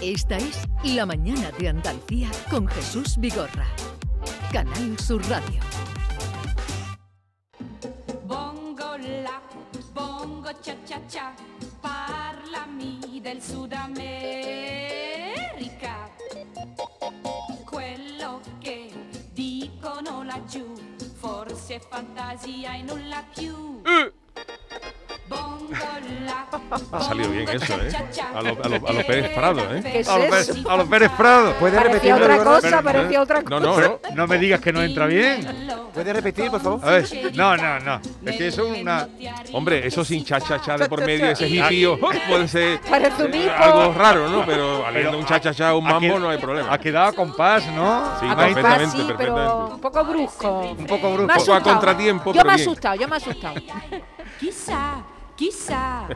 Esta es La Mañana de Andalucía con Jesús Vigorra. Canal Sur Radio. Bongo la, bongo cha cha cha, parlami del Sud America. Quello che dicono laggiù, forse è fantasia e nulla più. Ha salido bien eso, ¿eh? A lo, a lo- a lo Pérez Prado, ¿eh? ¿Qué es a, lo Pérez, eso? a lo Pérez Prado. ¿Puede Parecía repetirlo, otra Vigorra? cosa, Pero- parecía otra No, no, cosa. no. No me digas que no entra bien. ¿Puede repetir, por favor? A ver, no, no, no. Es que eso es una... Hombre, eso sin cha cha cha de por Cha, cha, medio de ese cha. hippie oh, puede ser Parece un eh, hipo. algo raro, ¿no? Pero Pero habiendo un ha- cha cha cha, un ha mambo, qued- no hay problema. Ha quedado a compás, ¿no? Sí, Ahí A está. perfectamente, compás, sí, pero perfectamente. un poco brusco. Un poco Me brusco. ha poco a asustado. contratiempo, Yo pero me he bien. asustado, yo me he asustado. Chissà, chissà,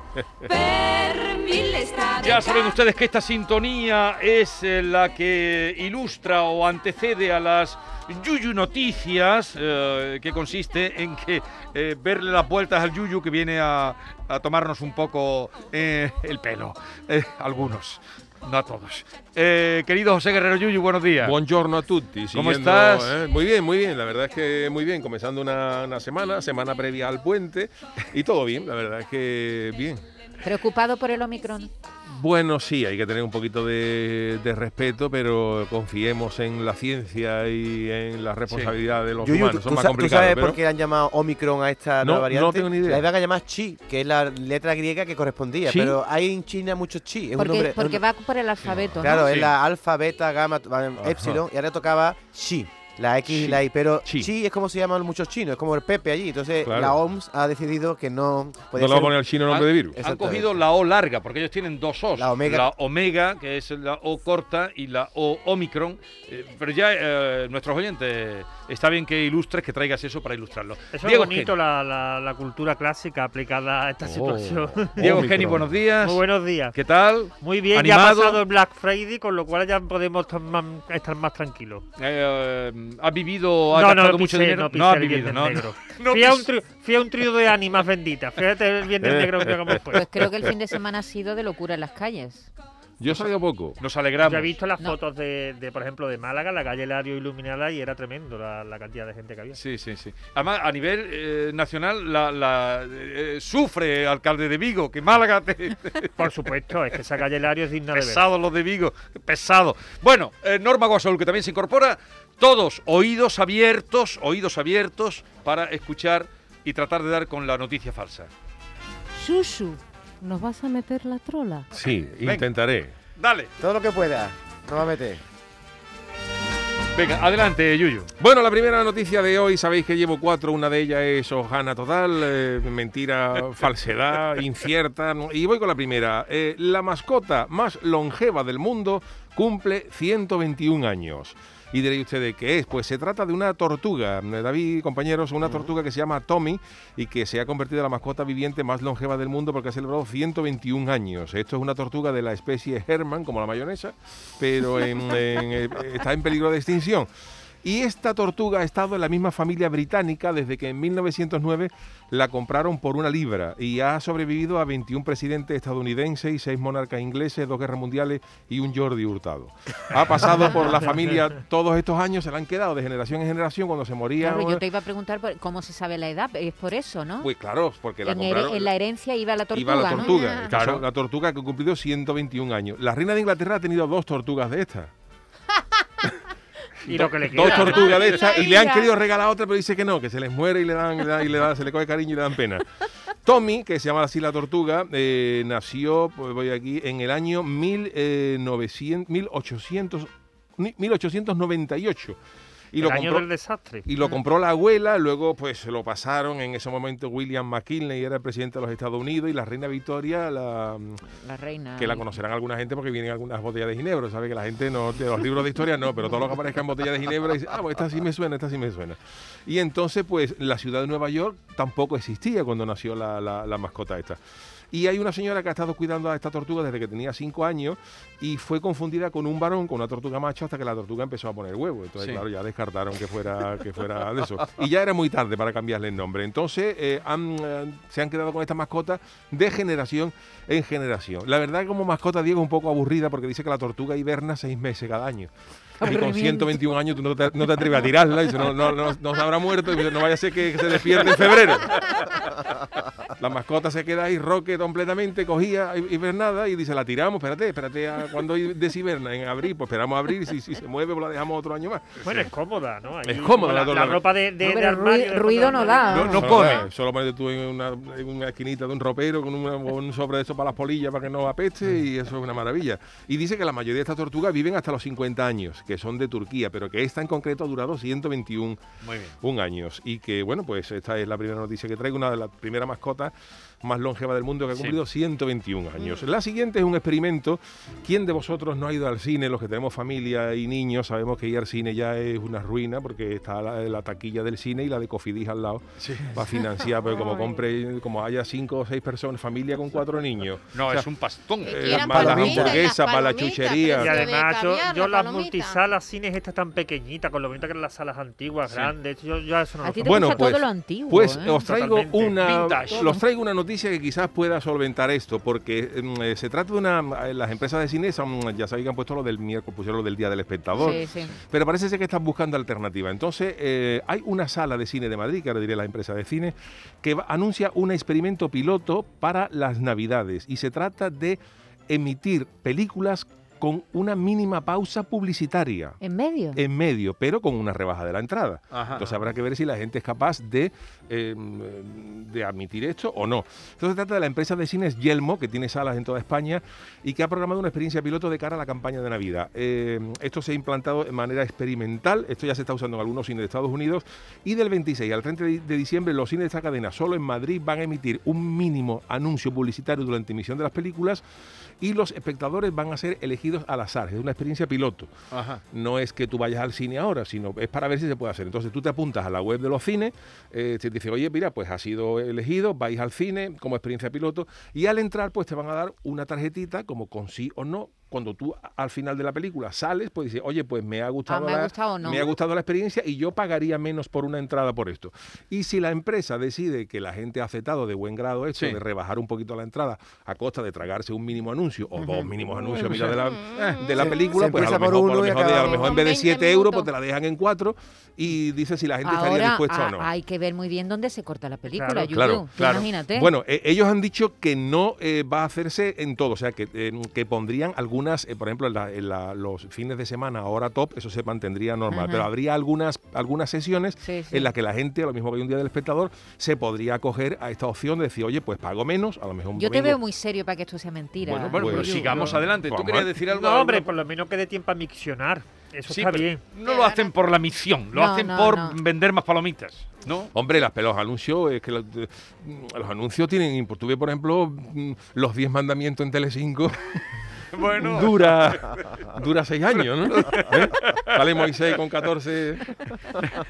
per mille strade Ya saben ustedes que esta sintonía es eh, la que ilustra o antecede a las Yuyu Noticias, eh, que consiste en que eh, verle las vueltas al Yuyu que viene a, a tomarnos un poco eh, el pelo. Eh, algunos, no a todos. Eh, querido José Guerrero Yuyu, buenos días. Buongiorno a tutti. ¿Cómo siguiendo, estás? eh, Muy bien, muy bien. La verdad es que muy bien. Comenzando una, una semana, semana previa al puente. Y todo bien, la verdad es que bien. Preocupado por el Omicron. Bueno, sí, hay que tener un poquito de, de respeto, pero confiemos en la ciencia y en la responsabilidad de los Yuyu, humanos. tú- Son tú más sa- ¿Tú sabes complicados. pero- por qué han llamado Omicron a esta No, nueva variante? no tengo ni idea. La iban a llamar Chi, que es la letra griega que correspondía, ¿Chi? pero hay en China muchos Chi. Es Porque, un nombre, porque un- va por el alfabeto, Claro, ¿no? es la alfa, beta, gamma, t- va en Ajá. epsilon, y ahora tocaba Chi. La X y la Y, pero Chi. chi. es como se llaman muchos chinos, es como el Pepe allí. Entonces Claro. la OMS ha decidido que no No le podía voy a ser- Ah, poner al chino nombre de virus. Han Exactamente. cogido la O larga, porque ellos tienen dos O's. La omega. omega, que es la O corta, y la O omicron. Eh, pero ya eh, nuestros oyentes, está bien que ilustres, que traigas eso para ilustrarlo. Eso Diego es bonito, Geni. la, la- la cultura clásica aplicada a esta situación. Diego Omicron. Geni, buenos días. Muy buenos días. ¿Qué tal? Muy bien, ya ha ¿Animado? pasado el Black Friday, con lo cual ya podemos estar más, estar más tranquilos. Eh, ¿Has vivido, has no, gastado no, mucho pisé, dinero? no pisé has el vivido, Viernes no. Negro. No fui, a un pisé. Eh. trío, fui a un trío de ánimas benditas. Fíjate el Viernes Negro, mira cómo fue. Pues creo que el fin de semana ha sido de locura en las calles. Yo salgo poco. Nos alegramos. Yo he visto las No. fotos de, de, por ejemplo, de Málaga, la calle Lario iluminada y era tremendo la, la cantidad de gente que había. Sí, sí, sí. Además, a nivel eh, nacional, la, la, eh, sufre alcalde de Vigo, que Málaga te, Por supuesto, es que esa calle Lario es digna de ver. Pesado los de Vigo, pesado. Bueno, eh, Norma Guasol, que también se incorpora. Todos oídos abiertos, oídos abiertos para escuchar y tratar de dar con la noticia falsa. Shushu, ¿nos vas a meter la trola? Sí, Venga. intentaré. Dale, Todo lo que pueda, no va a meter. venga, adelante, Yuyu. Bueno, la primera noticia de hoy, sabéis que llevo cuatro, una de ellas es Ojana Total, eh, mentira, falsedad, incierta. ¿no? Y voy con la primera. Eh, la mascota más longeva del mundo cumple 121 años. Y diréis ustedes, ¿qué es? Pues se trata de una tortuga. Eh, David, compañeros, una tortuga que se llama Tommy y que se ha convertido en la mascota viviente más longeva del mundo porque ha celebrado 121 años. Esto es una tortuga de la especie Herman, como la mayonesa, pero en- en- eh, está en peligro de extinción. Y esta tortuga ha estado en la misma familia británica desde que en 1909 la compraron por una libra y ha sobrevivido a 21 presidentes estadounidenses y 6 monarcas ingleses, dos guerras mundiales y un Jordi Hurtado. Ha pasado por la familia todos estos años, se la han quedado de generación en generación cuando se moría. Claro, yo te iba a preguntar por- cómo se sabe la edad, es por eso, ¿no? Pues claro, porque la en, her- compraron. en la herencia iba la tortuga, Iba la ¿no? tortuga, Ah. claro, la tortuga que ha cumplido 121 años. La reina de Inglaterra ha tenido dos tortugas de estas. Y lo que le queda. dos tortugas de Ay, estas la y le han ira. querido regalar otra, pero dice que no, que se les muere y le dan, le dan- y le dan- se le coge cariño y le dan pena. Tommy, que se llama así la tortuga, eh, nació, pues voy aquí, en el año eh, 1900, 1800, ni- 1898. Y el año del Mm. desastre. y lo compró la abuela, luego pues se lo pasaron en ese momento William McKinley, era el presidente de los Estados Unidos, y la reina Victoria, la, mm, La reina. que la conocerán alguna gente porque vienen algunas botellas de ginebra, ¿sabes? Que la gente no, de los libros de historia no, pero todo lo que aparezca en botellas de ginebra dice, ah, pues esta sí me suena, esta sí me suena. Y entonces, pues, la ciudad de Nueva York tampoco existía cuando nació la, la- la mascota esta. Y hay una señora que ha estado cuidando a esta tortuga desde que tenía cinco años y fue confundida con un varón, con una tortuga macho, hasta que la tortuga empezó a poner huevo. Entonces, Sí. claro, ya descartaron que fuera, que fuera de eso. Y ya era muy tarde para cambiarle el nombre. Entonces, eh, han, eh, se han quedado con esta mascota de generación en generación. La verdad que como mascota, Diego, es un poco aburrida porque dice que la tortuga hiberna seis meses cada año. Y con Aburrimiento. 121 años tú no te, no te atreves a tirarla, y dice, no, no, no, no se habrá muerto, y dice, no vaya a ser que se despierte en febrero. La mascota se queda ahí, roque completamente, cogía hi- hibernada y dice, la tiramos, espérate, espérate a cuando hi- deshiberna, en abril, pues esperamos a abrir, y si, si se mueve, pues la dejamos otro año más. Bueno, es cómoda, ¿no? Ahí, Es cómoda la, la la torre. ropa de, de- No, de pero armario. rui- de ruido no da. No, no Solo- come. Solo ponete tú en una, en una esquinita de un ropero con una- con un sobre de eso para las polillas para que no apeste y eso es una maravilla. Y dice que la mayoría de estas tortugas viven hasta los 50 años, que son de Turquía, pero que esta en concreto ha durado 121 Muy bien. un años. Y que, bueno, pues esta es la primera noticia que traigo, una de las primeras mascotas más longeva del mundo que ha Sí. cumplido 121 años. La siguiente es un experimento. ¿Quién de vosotros no ha ido al cine? Los que tenemos familia y niños sabemos que ir al cine ya es una ruina porque está la, la taquilla del cine y la de Cofidis al lado para financiar, porque como Ay. compre, como haya cinco o seis personas, familia con cuatro niños. No, O sea, es un pastón. Que Eh, quieran para las palomitas, hamburguesas, las para la palomitas, chuchería. Y precio de además yo, caviar, yo la las palomita. multisalas cines estas tan pequeñitas, con lo bonita que eran las salas antiguas, Sí. grandes, yo, yo a eso no A lo ti te como. Bueno, gusta pues- todo lo antiguo. Pues ¿eh? os traigo Totalmente. una Vintage. los traigo una noticia que quizás pueda solventar esto, porque mm, eh, se trata de una eh, las empresas de cine son, mm, ya sabéis que han puesto lo del miércoles, pusieron lo del día del espectador. Sí, sí. Pero parece ser que están buscando alternativa. Entonces, eh, hay una sala de cine de Madrid, que ahora diré la empresa de cine, que va- anuncia un experimento piloto para las Navidades. Y se trata de emitir películas con una mínima pausa publicitaria En medio. en medio, pero con una rebaja de la entrada. Ah. Ajá. Entonces habrá que ver si la gente es capaz de, eh, de admitir esto o no. Entonces se trata de la empresa de cines Yelmo, que tiene salas en toda España y que ha programado una experiencia piloto de cara a la campaña de Navidad. Eh, esto se ha implantado de manera experimental, esto ya se está usando en algunos cines de Estados Unidos y del 26 al 30 de de diciembre los cines de esta cadena solo en Madrid van a emitir un mínimo anuncio publicitario durante emisión de las películas y los espectadores van a ser elegidos al azar. Es una experiencia piloto Ajá. no es que tú vayas al cine ahora, sino es para ver si se puede hacer. Entonces tú te apuntas a la web de los cines, eh, te dice, oye, mira, pues ha sido elegido, vais al cine como experiencia piloto y al entrar pues te van a dar una tarjetita como con sí o no. Cuando tú a- al final de la película sales, pues dices, oye, pues me ha gustado, Ah, me ha la, gustado o no. me ha gustado la experiencia y yo pagaría menos por una entrada por esto. Y si la empresa decide que la gente ha aceptado de buen grado esto, Sí. de rebajar un poquito la entrada a costa de tragarse un mínimo anuncio o dos mínimos anuncios a mitad de la, eh, de la Se- película, se pues a lo empieza por mejor, por uno lo y mejor de- a lo acaba mejor en con vez de 20 7 euros, pues minutos. te la dejan en 4 y dice si la gente estaría Ahora dispuesta o a- no. hay que ver muy bien dónde se corta la película, Claro, Yuyu. Claro, Tú claro. Imagínate. Bueno, eh, ellos han dicho que no eh, va a hacerse en todo, o sea, que, eh, que pondrían algunas, eh, por ejemplo, en, la- en la- los fines de semana, ahora top, eso se mantendría normal, Ajá. pero habría algunas, algunas sesiones Sí, sí. en las que la gente, a lo mismo que hay un día del espectador, se podría acoger a esta opción de decir, oye, pues pago menos, a lo mejor un Yo te domingo- veo muy serio para que esto sea mentira. Bueno, bueno, pero Pues- sigamos Yo- adelante. ¿Tú Vamos querías a- decir algo? No, hombre, Alguna- por lo menos que dé tiempo a miccionar. Eso pues, Sí, está pero Eh, bien. No lo hacen por la misión, lo No, hacen no, por no. vender más palomitas, ¿no? Hombre, las, los anuncios, es que los, de- los anuncios tienen, impo- tuve por ejemplo mm, los 10 mandamientos en Telecinco, Bueno, dura, dura 6 años, ¿no? ¿Eh? Sale Moisés con 14...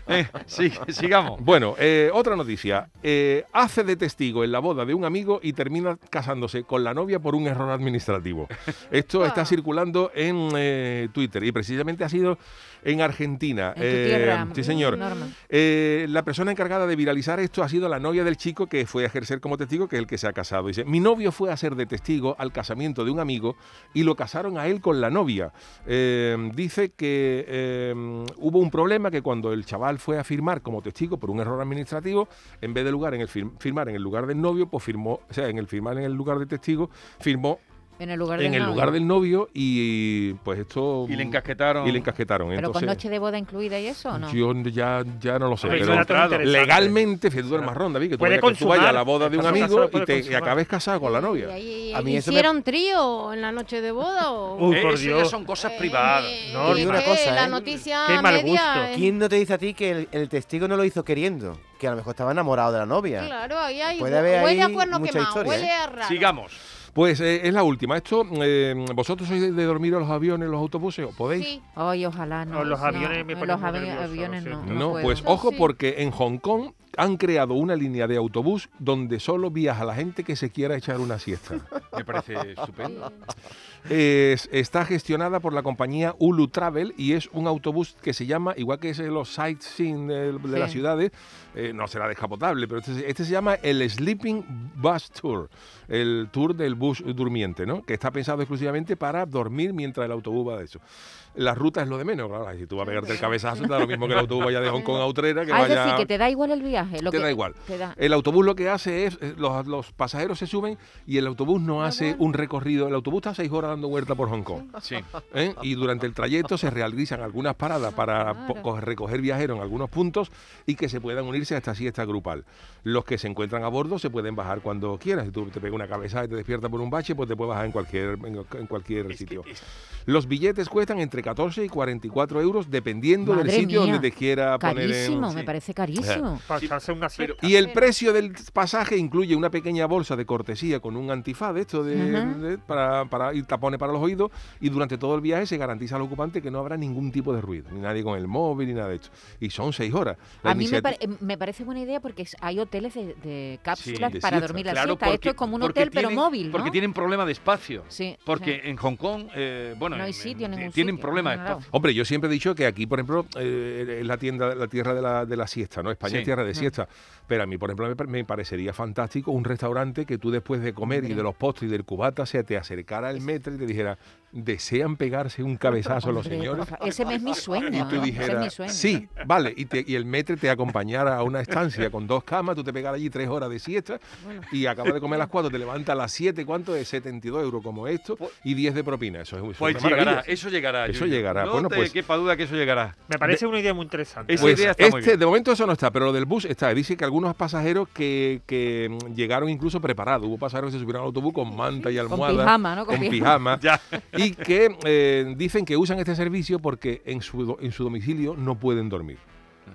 eh, sí, sigamos. Bueno, eh, otra noticia. Eh, hace de testigo en la boda de un amigo y termina casándose con la novia por un error administrativo. Esto está circulando en eh, Twitter y precisamente ha sido en Argentina. En tu Eh, tierra, sí, señor. Norma. Eh, la persona encargada de viralizar esto ha sido la novia del chico que fue a ejercer como testigo, que es el que se ha casado. Dice, mi novio fue a ser de testigo al casamiento de un amigo y lo casaron a él con la novia. Eh, dice que eh, hubo un problema que cuando el chaval fue a firmar como testigo por un error administrativo, en vez de lugar en el fir- firmar en el lugar del novio, pues firmó, o sea, en el firmar en el lugar de testigo, firmó En el lugar en del el novio. lugar del novio y pues esto... Y le encasquetaron. y le encasquetaron. Pero con Entonces, noche de boda incluida y eso, ¿o no? yo ya, ya no lo sé. Hombre, pero- suena tan interesante. Legalmente, fíjate tú el marrón, David, que tú, Puede vayas, que tú consumar. vayas a la boda de un Esta persona amigo solo y puede te y consumar. acabes casado con la novia. Y ahí- A mí eso me- ¿Hicieron trío en la noche de boda o...? Uy, Eh, Oh, por eso ya Dios. son cosas Eh, privadas. No, es digo una que cosa, La ¿eh? noticia Qué mal Eh. gusto. media... eh, es- ¿Quién no te dice a ti que el, el testigo no lo hizo queriendo? Que a lo mejor estaba enamorado de la novia. Claro, ahí hay... Puede haber huele ahí a cuerno mucha quemado, historia, huele ¿eh? a raro. Sigamos. Pues eh, es la última. Esto, eh, ¿vosotros sois de, de dormir en los aviones, en los autobuses? ¿O podéis? Sí. Ay, ojalá no. No, los no, aviones me no, ponen los muy avi- nervioso, lo aviones no. siento. No, puedo. pues Yo ojo sí. porque en Hong Kong han creado una línea de autobús donde solo viaja la gente que se quiera echar una siesta. Me parece estupendo. Es- está gestionada por la compañía Ulu Travel y es un autobús que se llama, igual que es los sightseeing de, de Sí. las ciudades, eh, no será descapotable, pero este, se- este se llama el Sleeping Bus Tour, el tour del bus durmiente, ¿no? Que está pensado exclusivamente para dormir mientras el autobús va de eso. La ruta es lo de menos, claro. Si tú vas a pegarte el cabezazo, da lo mismo que el autobús vaya de Hong Kong a Utrera, que Ah, es vaya... decir, que te da igual el viaje. Lo Te que da igual. Eh, te da- El autobús lo que hace es, eh, los, los pasajeros se suben y el autobús no Ah, hace un recorrido. El autobús está seis horas dando vuelta por Hong Kong. Sí. ¿eh? Y durante el trayecto se realizan algunas paradas Ah, para po- co- recoger viajeros en algunos puntos y que se puedan unirse a esta siesta grupal. Los que se encuentran a bordo se pueden bajar cuando quieran. Si tú te pega una cabeza y te despiertas por un bache, pues te puedes bajar en cualquier, en, en cualquier sitio. Los billetes cuestan entre 14 y 44 euros dependiendo del Madre sitio mía, donde te quiera poner en- Carísimo, me sí. parece carísimo. Para echarse una siesta. Y el precio del pasaje incluye una pequeña bolsa de cortesía con un antifaz de esto de, Ajá. de- para, para y tapones para los oídos y durante todo el viaje se garantiza al ocupante que no habrá ningún tipo de ruido, ni nadie con el móvil ni nada de esto. Y son seis horas. La A mí me, iniciati- pare- eh, me parece buena idea porque es- hay hoteles de, de cápsulas de para siesta, dormir la Claro, siesta. Esto porque- es como un porque hotel, pero tienen- móvil, Porque ¿no? tienen problema de espacio. Sí, Porque sí. en Hong Kong, eh, bueno, No hay en- sitio, en- ningún tienen sitio, problemas de no, no, no. espacio. Hombre, yo siempre he dicho que aquí, por ejemplo, eh, es la tienda, la tierra de la, de la siesta, ¿no? España Sí. es tierra de siesta. Pero a mí, por ejemplo, me, pa- me parecería fantástico un restaurante que tú después de comer y de los postres y del cubata se te acercara al metro y te dijera, desean pegarse un cabezazo los Hombre, por señores. favor, Ese es mi sueño. y tú ¿no? Ese es mi dijeras, sueño. sí, vale, y, te- y el metre te acompañara a una estancia con dos camas, tú te pegas allí tres horas de siesta y acabas de comer a las cuatro, te levantas a las siete, ¿cuánto es? 72 euros como esto y 10 de propina. Eso es muy Pues llegará, eso llegará. Eso Yuyu. llegará. No Bueno, te pues- quepa duda que eso llegará. Me parece una idea muy interesante. Esa Pues idea está muy este, bien. de momento eso no está, pero lo del bus está. Dice que algunos pasajeros que, que, mm, llegaron incluso preparados. Hubo pasajeros que se subieron al autobús con manta y almohada. pijama, ¿no? Con con pijama. pijama. Y que eh, dicen que usan este servicio porque en su, do- en su domicilio no pueden dormir.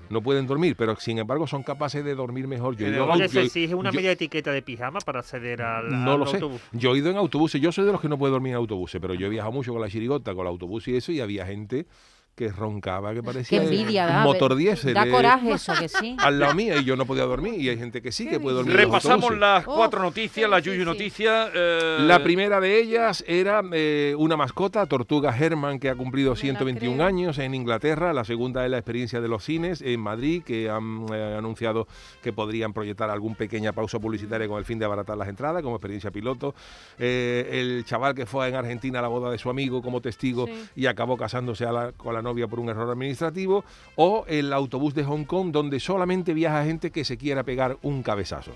No pueden dormir, pero sin embargo son capaces de dormir mejor. Yo he ido- Oye, yo- Eh, ¿se exige una yo- media etiqueta de pijama para acceder al, no al lo sé. autobús? Yo he ido en autobuses. Yo soy de los que no puede dormir en autobuses, pero yo he viajado mucho con la chirigota, con el autobús y eso, y había gente que roncaba, que Qué parecía eh, envidia da. motor eh. ve- 10. Da de- coraje eso, que sí. al lado mía y yo no podía dormir y hay gente que sí que puede dormir. en los Repasamos autobuses. las Oh, cuatro noticias, las sí, Yuyu sí. noticias. eh, La primera de ellas era eh, una mascota, Tortuga Herman, que ha cumplido la 121 creo. años en Inglaterra. La segunda es la experiencia de los cines en Madrid, que han eh, anunciado que podrían proyectar algún pequeña pausa publicitaria con el fin de abaratar las entradas, como experiencia piloto. Eh, el chaval que fue en Argentina a la boda de su amigo como testigo Sí. y acabó casándose a la- con la novia por un error administrativo. O el autobús de Hong Kong, donde solamente viaja gente que se quiera pegar un cabezazo.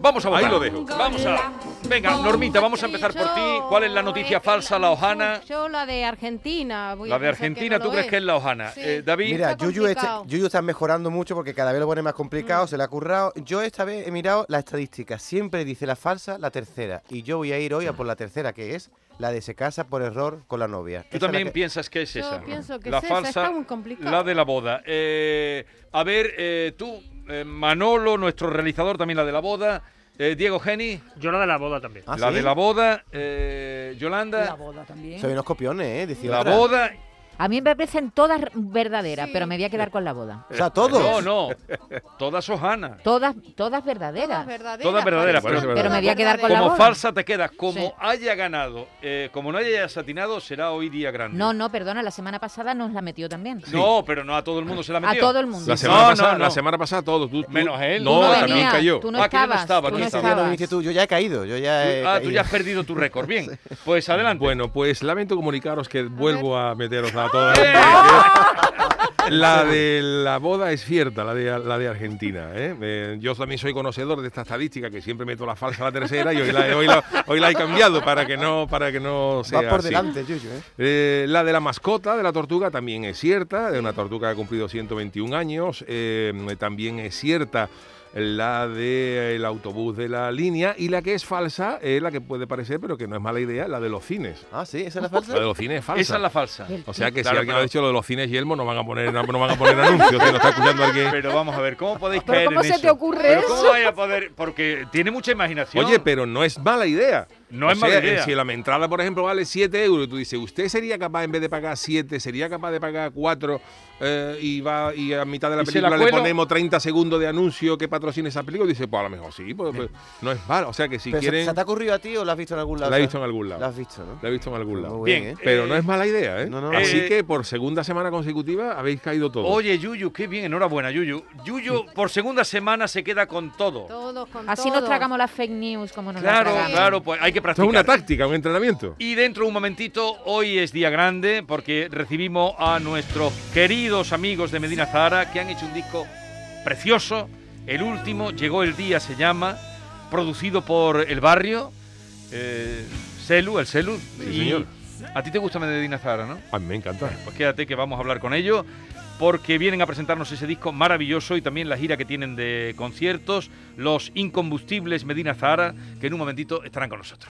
Vamos a votar. Ahí lo dejo. Vamos a. Venga, Normita, vamos a empezar por ti. ¿Cuál es la noticia falsa, la hojana? Yo la de Argentina. voy a La de pensar que Argentina, no ¿tú lo crees que es la hojana? Sí. Eh, David, Mira, Mira, está Yuyu, este- complicado. Yuyu está mejorando mucho porque cada vez lo pone más complicado, se le ha currado. Yo esta vez he mirado la estadística, siempre dice la falsa, la tercera. Y yo voy a ir hoy a por la tercera, que es la de se casa por error con la novia. Esa tú es la también que- piensas que es Yo esa. pienso que la es esa, falsa, está muy complicado. la de la boda. Eh, a ver, eh, tú, eh, Manolo, nuestro realizador, también la de la boda. Eh, Diego Geni, Yo la de la boda también. Ah, la ¿sí? de la boda. Eh, Yolanda, boda también. Soy unos copiones, ¿eh? Decir la otra. boda. A mí me parecen todas verdaderas, Sí. pero me voy a quedar con la boda. O sea, todos. No, no. Todas hojanas. Todas, todas verdaderas. Todas verdaderas. Todas verdaderas, parece. pero- pues, Pero me voy a quedar con la Como boda. falsa te quedas. Como Sí. haya ganado, eh, como no hayas atinado, será hoy día grande. No, no, perdona, la semana pasada nos la metió también. No, pero no a todo el mundo se la A metió. todo el mundo. La Sí. semana, No, pasada, no, no. la semana pasada todo. Tú, tú- Menos él. Tú No, no también venías, cayó. Tú no Ah, que yo no estabas. estaba, tú yo no estaba. Ya no estabas. viniste tú, yo ya he caído, yo ya he Ah, tú caído. ya has perdido tu récord. Bien, pues adelante. Eh, Bueno, pues lamento comunicaros que vuelvo a meteros a todos. ¡Eh! La de la boda es cierta, la de, la de Argentina. ¿eh? Eh, yo también soy conocedor de esta estadística que siempre meto la falsa a la tercera y hoy la, he- hoy la- hoy la he cambiado para que no, para que no sea Va por así. delante, Yuyu, ¿eh? Eh, la de la mascota de la tortuga también es cierta, de una tortuga que ha cumplido 121 años. eh, también es cierta la del autobús de la línea y la que es falsa es la que puede parecer, pero que no es mala idea, la de los cines. Ah, sí, esa es la La de falsa. los cines es falsa. Esa es la falsa. Del O sea que Claro, si alguien pero- ha dicho lo de los cines Yelmo, no van a poner, no, van a poner anuncios. Si no está escuchando alguien. Pero vamos a ver, ¿cómo podéis ¿Pero caer cómo en se eso? te ocurre ¿Pero ¿Cómo eso? vais a poder? Porque tiene mucha imaginación. Oye, pero no es mala idea. No O es mala sea, eh, idea. Si la entrada, por ejemplo, vale 7 euros y tú dices, ¿usted sería capaz, en vez de pagar 7, sería capaz de pagar 4 y va y a mitad de la Y se la película le cuelo. ponemos 30 segundos de anuncio que patrocine esa película? Y dices, pues a lo mejor sí, pues, pues, no es malo. O sea que si Pero, ¿se- quieren, ¿Se te ha ocurrido a ti o la has visto en algún lado? la he visto en algún lado. La has visto, ¿no? La he visto en algún lado. Muy Bien, bien, ¿eh? Pero Eh, no es mala idea, ¿eh? no, no, no. Así Eh, que por segunda semana consecutiva habéis caído todos. Oye, Yuyu, qué bien, enhorabuena, Yuyu. Yuyu por segunda semana se queda con todo. Todos con Así todos. nos tragamos las fake news como nos las Claro, tragamos. claro, pues hay que Esto es una practicar. táctica, un entrenamiento. Y dentro de un momentito, hoy es día grande porque recibimos a nuestros queridos amigos de Medina Zahara que han hecho un disco precioso. El último, Llegó el Día, se llama, producido por El Barrio, eh, Celu, el Celu. Y señor. A ti te gusta Medina Zahara, ¿no? A mí me encanta. Pues quédate que vamos a hablar con ellos porque vienen a presentarnos ese disco maravilloso y también la gira que tienen de conciertos, los incombustibles Medina Zahara, que en un momentito estarán con nosotros.